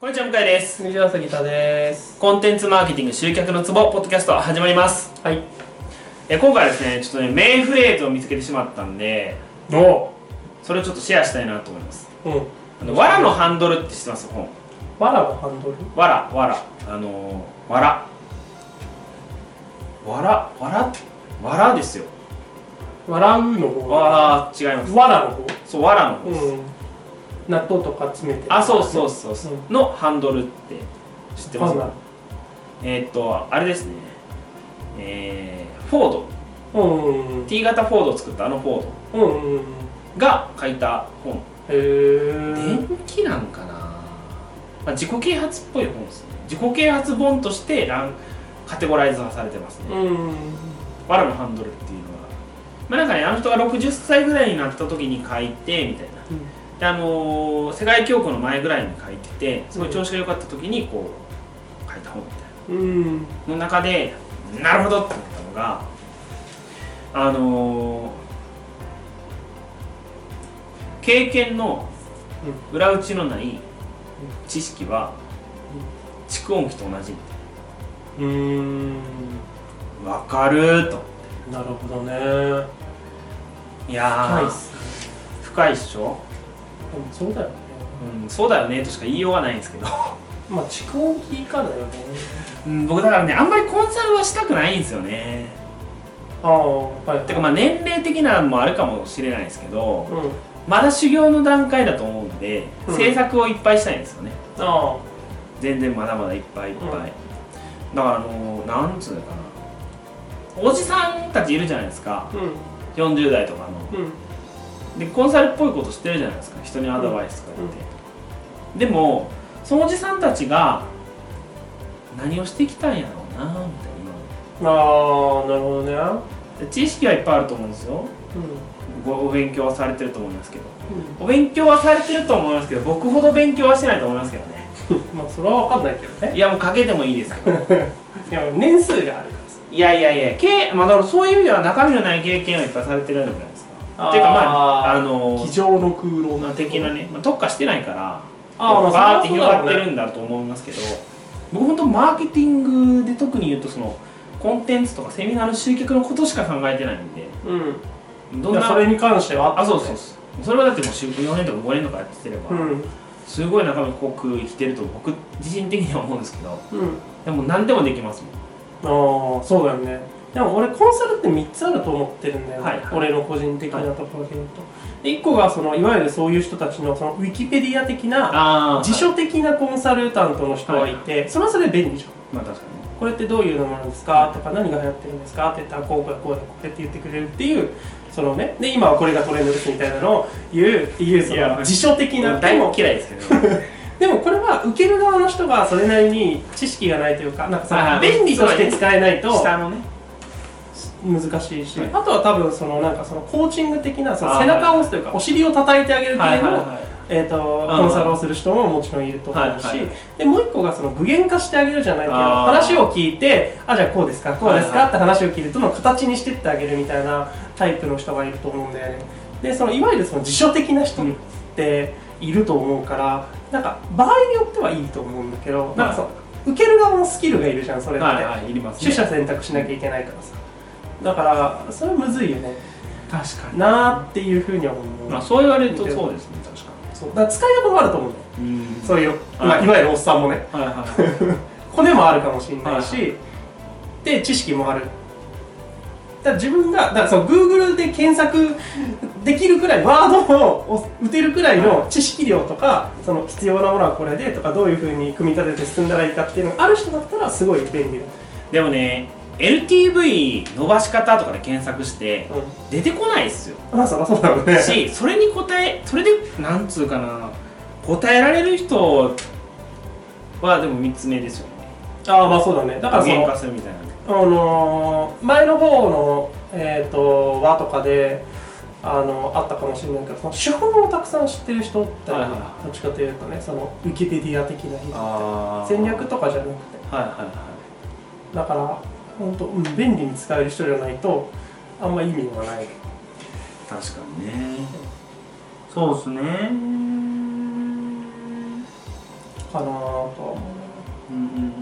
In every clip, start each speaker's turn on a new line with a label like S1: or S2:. S1: こんにちは、向井です。
S2: こんにちは、杉田です。
S1: コンテンツマーケティング集客のツボ、ポッドキャスト始まります。
S2: はい。
S1: え今回はですね、ちょっとね、名フレーズを見つけてしまったんで、
S2: お
S1: それをちょっとシェアしたいなと思います。
S2: うん。
S1: あの、わらのハンドルって知ってます本。
S2: わらのハンドル
S1: わら、わら。あのー、わら。わら、わら、わらですよ。
S2: 笑うの方
S1: わら、違います。
S2: わらの方
S1: そう、わらの方です。
S2: うん。納豆とか詰めて。
S1: あ、そうそうそうそう、
S2: う
S1: のハンドルって知ってます
S2: わか
S1: えーっと、あれですね。えー、フォード。
S2: んないうんうんうん。
S1: T 型フォードを作ったあのフォード。
S2: うんうんうん。
S1: が書いた本
S2: へー。
S1: 電気なんかな、まあ、自己啓発っぽい本ですね自己啓発本としてランカテゴライズがされてますね
S2: うん。
S1: 「わらのハンドル」っていうのは、まあ、なんかねあの人が60歳ぐらいになった時に書いてみたいなであのー世界恐慌の前ぐらいに書いててすごい調子が良かった時にこう書いた本みたいな
S2: うん。
S1: の中でなるほどって思ったのがあのー経験の裏打ちのない知識は蓄音機と同じ
S2: うん。うん。
S1: わかると
S2: なるほどね。はい
S1: やー
S2: いっす。
S1: 深いっしょ、
S2: でもそうだよね。
S1: うん、そうだよねとしか言いようがないんですけど、
S2: まあ、蓄音機以下だよね。
S1: うん、僕だからねあんまりコンサルはしたくないんですよね
S2: ああ、はい。
S1: てかまあ年齢的なのもあるかもしれないですけど
S2: うん。
S1: まだ修行の段階だと思うんで
S2: うん
S1: 制作をいっぱいしたいんですよね、
S2: あ
S1: 全然まだまだいっぱいいっぱい、だからあのーなんつうのかなおじさんたちいるじゃないですか
S2: あ。うん。
S1: 40代とかの
S2: うん。
S1: でコンサルっぽいことしてるじゃないですか人にアドバイスとか言って、でもそのおじさんたちが何をしてきたんやろうなみたい
S2: ああ、なるほどね。
S1: なで知識はいっぱいあると思うんですよ
S2: う
S1: ごお勉強はされてると思いますけど
S2: ん。うん。
S1: お勉強はされてると思いますけど僕ほど勉強はしてないと思いますけどね
S2: まあそれは分かんないけどね
S1: いやもうかけてもいいですけど
S2: いや年数があるからさ
S1: いやいやいや、けまあ、だからそういう意味では中身のない経験をいっぱいされてるわけじゃないです
S2: あ
S1: か。
S2: ー
S1: ていうかまあ、あの
S2: 机上の空論
S1: まあ的なね、まあ、特化してないから、
S2: あーまあ
S1: バーって
S2: そ
S1: 広
S2: りゃそうだ
S1: がって
S2: ろうね
S1: るんだと思いますけど、僕本当マーケティングで特に言うとそのコンテンツとかセミナーの集客のことしか考えてないんで、
S2: うん
S1: どん
S2: いや
S1: な
S2: それに関しては
S1: あそうそうそう。それはだってもう4年とか5年とかやってれば、
S2: うん
S1: すごい中身濃く生きてると僕自身的には思うんですけど、
S2: うん
S1: でも何でもできますもん。
S2: ああそうだよねでも俺コンサルって3つあると思ってるんだよ、ね
S1: はいはい
S2: 俺の個人的なところで言うと、1個がそのいわゆるそういう人たちのそのウィキペディア的な
S1: あ
S2: 辞書的なコンサルタントの人がいて、それはそれで便利じゃん
S1: まあ確かに。
S2: これってどういうのなんですかとか何が流行ってるんですかって言ったらこうこうこうでこれって言ってくれるっていうそのねで今はこれがトレンドですみたいなのを言うっていうそ
S1: いや
S2: の辞書的な
S1: 大
S2: で
S1: 嫌
S2: も
S1: いですけど。
S2: でもこれは受ける側の人がそれなりに知識がないというかなんか
S1: はいは
S2: さ
S1: い
S2: 便利として使えないと
S1: 下のね。
S2: 難しいし
S1: はい
S2: あとは多分そのなんかそのコーチング的なそ
S1: あー
S2: の背中を押すというかお尻を叩いてあげる系の
S1: い。
S2: えー、と
S1: うん
S2: コンサルをする人ももちろんいると思うし、
S1: はいはい
S2: でもう一個がその具現化してあげるじゃないけど
S1: あー
S2: 話を聞いてあじゃあこうですかこうです
S1: は
S2: か、
S1: いはい
S2: って話を聞いてどの形にしてってあげるみたいなタイプの人がいると思うんだよねでそのいわゆるその辞書的な人っていると思うから、なんか場合によってはいいと思うんだけど、なんかその受ける側のスキルがいるじゃんそれって、
S1: はいはい、いります、ね。
S2: 取捨選択しなきゃいけないからさだからそれはむずいよね
S1: 確か
S2: なーっていうふうには思う、
S1: まあ、そう言われるとそうですね、確か
S2: そうだから使い方もあると思うんだよ
S1: に。うん。
S2: そういう、ま
S1: は
S2: あ、
S1: い
S2: いわゆるおっさんもね
S1: はいはい。
S2: 骨もあるかもしれないし、
S1: はい
S2: で知識もあるだから自分がだからその Google で検索できるくらいワードを打てるくらいの知識量とかその必要なものはこれでとかどういうふうに組み立てて進んだらいいかっていうのがある人だったらすごい便利だ、
S1: でもね、LTV 伸ばし方とかで検索して、
S2: う
S1: 出てこないっすよ。
S2: ん、まあそりゃそうだろうね
S1: し、それに答え、それで、なんつうかな、答えられる人は、でも3つ目ですよね。
S2: ああまあそうだねだからそ
S1: 喧
S2: の
S1: 嘩するみたいなね。
S2: あのー前の方の、えー、と和とかで、あのあったかもしれないけどその手法をたくさん知ってる人って、
S1: はいはいは
S2: どっちかというとねそのウィキペディア的な人
S1: あ
S2: 戦略とかじゃなくて
S1: はいはいはい。
S2: だから本当、うん、便利に使える人じゃないとあんま意味がない
S1: 確かにね。そうですね。
S2: かなとは思
S1: うんうんうんうん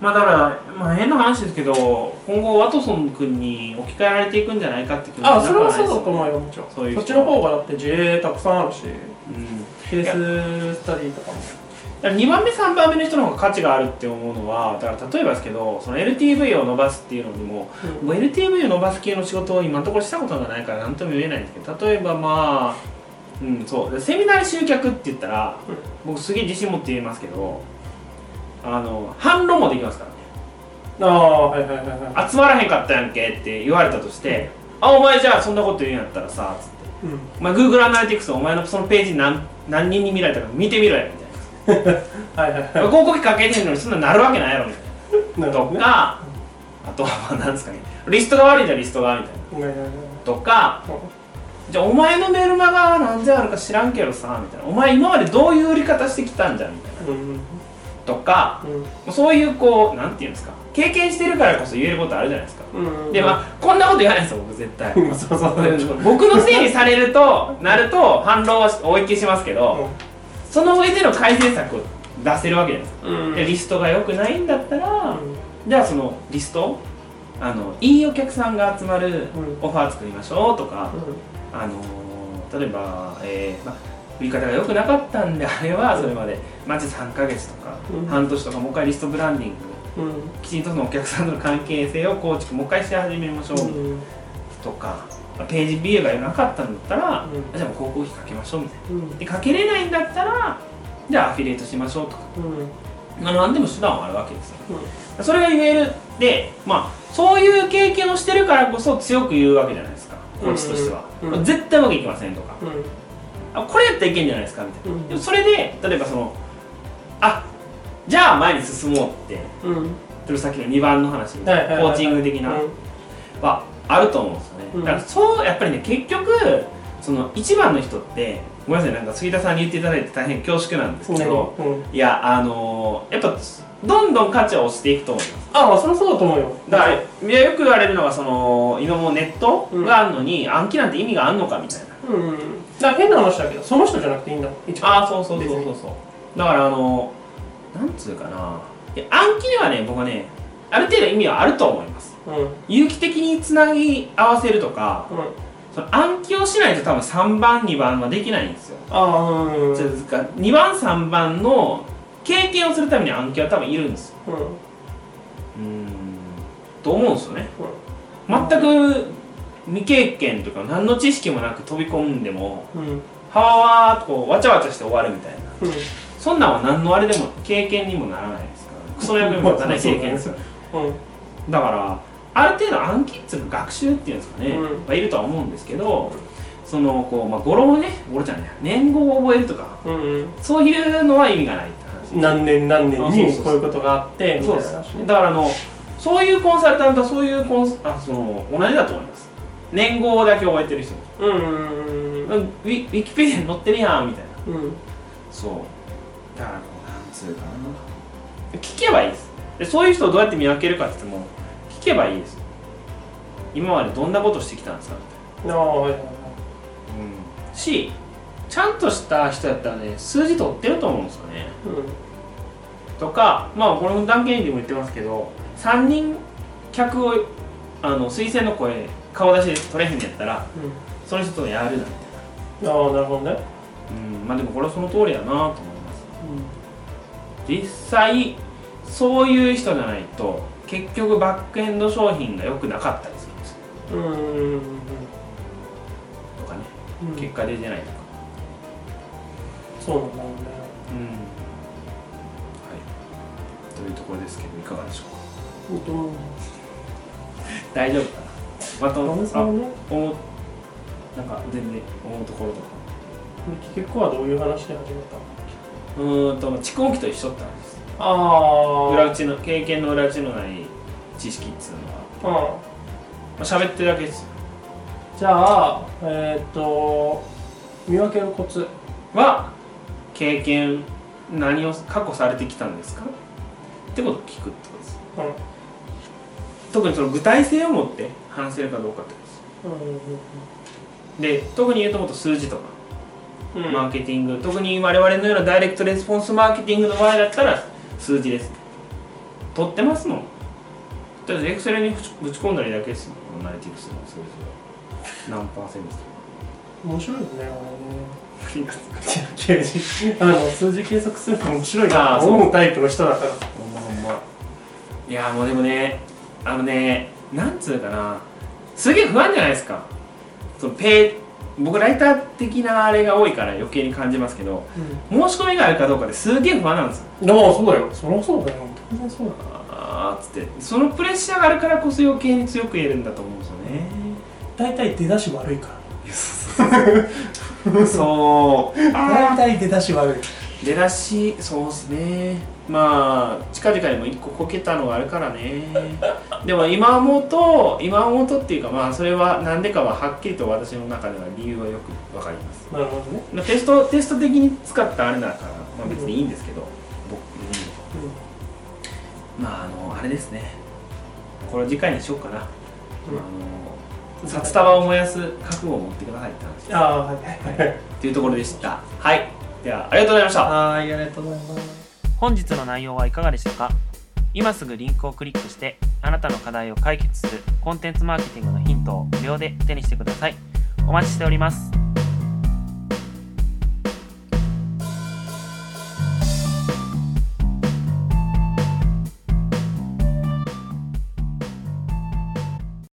S1: まあだから、まあ、変な話ですけど今後ワトソン君に置き換えられていくんじゃないかって気
S2: う
S1: もしなく
S2: あ
S1: は
S2: それはそうだ
S1: ない
S2: と
S1: ですよ
S2: 思う
S1: ね
S2: よもちろん
S1: そういう人
S2: そっちの方がだって JA たくさんあるし
S1: うん
S2: ケーススタディとかも
S1: だから2番目3番目の人の方が価値があるって思うのはだから例えばですけどその LTV を伸ばすっていうのにも
S2: うん
S1: もう LTV を伸ばす系の仕事を今のところしたことがないから何とも言えないんですけど例えばまあうんそうでセミナー集客って言ったら
S2: うん
S1: 僕すげえ自信持って言えますけどあの反論もできますからね
S2: ああはいはいはいは
S1: 集まらへんかったやんけって言われたとして「あお前じゃあそんなこと言うんやったらさ」つって
S2: いうん
S1: 「お前 Google アナリティクスお前のそのページ何何人に見られたか見てみろや」みたいな
S2: は いはいはい
S1: 広告費かけてんのにそんなんなるわけないやろみたいな
S2: なる
S1: と
S2: ほどね
S1: か、あと は何ですかねリストが悪いじゃんリストがみたいな
S2: うんうんうんうん
S1: とかじゃあお前のメルマガは何であるか知らんけどさみたいなお前今までどういう売り方してきたんじゃんみたいな
S2: うん
S1: とかもうそういうこうなんていうんですか経験してるからこそ言えることあるじゃないですか
S2: うんうん
S1: でまあこんなこと言わないですよ僕絶対
S2: うんそうそうそう
S1: 僕のせいにされるとなると反論は思いっきりしますけどその上での改善策を出せるわけじゃないですか
S2: うん
S1: でリストが良くないんだったらじゃあそのリストあのいいお客さんが集まる
S2: うん
S1: オファー作りましょうとか、あのー例えば、えーまあ、売り方が良くなかったんであればそれまでマジ3ヶ月とか、
S2: うん
S1: 半年とかもう一回リストブランディング
S2: うん
S1: きちんとそのお客さんとの関係性を構築もう一回して始めましょう
S2: うん
S1: とか、まあページビューが良なかったんだったら、
S2: うん
S1: じゃあもう広告費かけましょうみたいな
S2: うん
S1: でかけれないんだったらじゃあアフィリエイトしましょうとか、
S2: うん
S1: まあ、何でも手段はあるわけですよそれが言えるでまあそういう経験をしてるからこそ強く言うわけじゃないですかコーチとしては、
S2: うんうん
S1: 絶対うまくいきませんとか
S2: うんうん
S1: あこれやったらいけんじゃないですかみたいな、
S2: うん
S1: でもそれで例えばそのあじゃあ前に進もうって
S2: うん
S1: それさっきの2番の話みたいな、
S2: はいはいはいはい
S1: コーチング的な、
S2: うん
S1: はあると思うんですよね、
S2: うん
S1: だからそうやっぱりね結局その1番の人ってごめんなさいなんか杉田さんに言っていただいて大変恐縮なんですけど、
S2: うん
S1: いやあのーやっぱどんどん価値は落ちていくと思います
S2: あまあそりゃそうだと思うよ
S1: だからいやよく言われるのがその今もうネットがあるのに、暗記なんて意味があるのかみたいな
S2: うんだから変な話だけどその人じゃなくていいんだもん一番
S1: ああそうそうそうそうそうだからあのなんつうかないや暗記にはね僕はねある程度意味はあると思います
S2: うんうん
S1: 有機的につなぎ合わせるとかその暗記をしないと多分3番2番はできないんですよ、
S2: ああうんうんうん
S1: それですから2番3番の経験をするために暗記は多分いるんですようーんと思うんですよね全く未経験とか何の知識もなく飛び込んでも
S2: うん
S1: はわわーっとこうわちゃわちゃして終わるみたいな
S2: うん
S1: そんなんは何のあれでも経験にもならないですからクソ役にも立たない経験ですよね
S2: うん
S1: だからある程度暗記っつうか学習っていうんですかね、
S2: うん
S1: はいるとは思うんですけどそのこう、まあ、語呂をね語呂じゃない年号を覚えるとか
S2: うん
S1: そういうのは意味がないって話
S2: 何年何年
S1: あ
S2: に
S1: そうそうそう
S2: こういうことがあってみ
S1: そう
S2: た
S1: で
S2: いな
S1: す
S2: 話
S1: だからあのそういうコンサルタントはそういうコンサあその同じだと思います年号だけ覚えてる人
S2: うんうん
S1: うんウィウィキペディアに載ってるやんみたいな
S2: うんうん
S1: そうだからなんつうかな聞けばいいですでそういう人をどうやって見分けるかって言っても聞けばいいです今までどんなことしてきたんですかみ
S2: ああはいはい
S1: たいな、しちゃんとした人やったらね数字取ってると思うんですよね
S2: はい
S1: とかまあこの断言でも言ってますけど3人客をあの推薦の声顔出しで取れへんのやったら
S2: うんうん
S1: その人とやるな、
S2: ああなるほどね
S1: うん、まあでもこれはその通りだなと思います実際そういう人じゃないと結局バックエンド商品が良くなかったりするんですよ
S2: うんうんうん
S1: とかね
S2: うん
S1: 結果出てないとか、
S2: そうなんだろうね
S1: うんはい、というところですけどいかがでしょうか
S2: うんと思う
S1: 大丈夫かなまた
S2: 旦那さんは
S1: あ
S2: ね
S1: 思うなんか全然思うところとか
S2: 結構はどういう話で始めたの
S1: うーんと蓄音機と一緒って話です
S2: あ
S1: 裏打ちの経験の裏打ちのない知識っつうのは、
S2: うん
S1: まあ、喋ってるだけですよ
S2: じゃあえーっ、と見分けるコツ
S1: は経験何を過去されてきたんですかってことを聞くってことです
S2: うんうん
S1: 特にその具体性を持って話せるかどうかってことです
S2: うんうん
S1: で特に言うともっと数字とか
S2: うん
S1: マーケティング特に我々のようなダイレクトレスポンスマーケティングの場合だったら数字です取ってますもんただエクセルにぶちぶち込んだりだけですもんアナリティクスの数字は何パーセント
S2: 面白いですねあ
S1: ありがとう
S2: れねあの数字計測するの面白いな
S1: あー
S2: と
S1: そう
S2: 思うタイプの人だから
S1: ほんまほんまいやもうでもねあのねなんつうかなすげえ不安じゃないですかそのペイ僕ライター的なあれが多いから余計に感じますけど申し込みがあるかどうかですげえ不安なんですよ
S2: でもそうだよそりゃそうだよ当然そうだ
S1: あーっつってそのプレッシャーがあるからこそ余計に強く言えるんだと思うんですよね
S2: 大体出だし悪いから
S1: そう
S2: 大体出だし悪い
S1: 出だしそうっすねまあ近々にも一個こけたのがあるからねでも今思うと今思うとっていうかまあそれは何でかははっきりと私の中では理由はよくわかります
S2: なるほどね、
S1: まあテストテスト的に使ったあれだから、まあ、別にいいんですけど、僕うんまああのあれですねこれ次回にしようかな、
S2: うん
S1: あの札束を燃やす覚悟を持ってくださいって話
S2: ああはいはい
S1: というところでしたはいではありがとうございました
S2: はいありがとうございます
S3: 本日の内容はいかがでしたか今すぐリンクをクリックしてあなたの課題を解決するコンテンツマーケティングのヒントを無料で手にしてくださいお待ちしております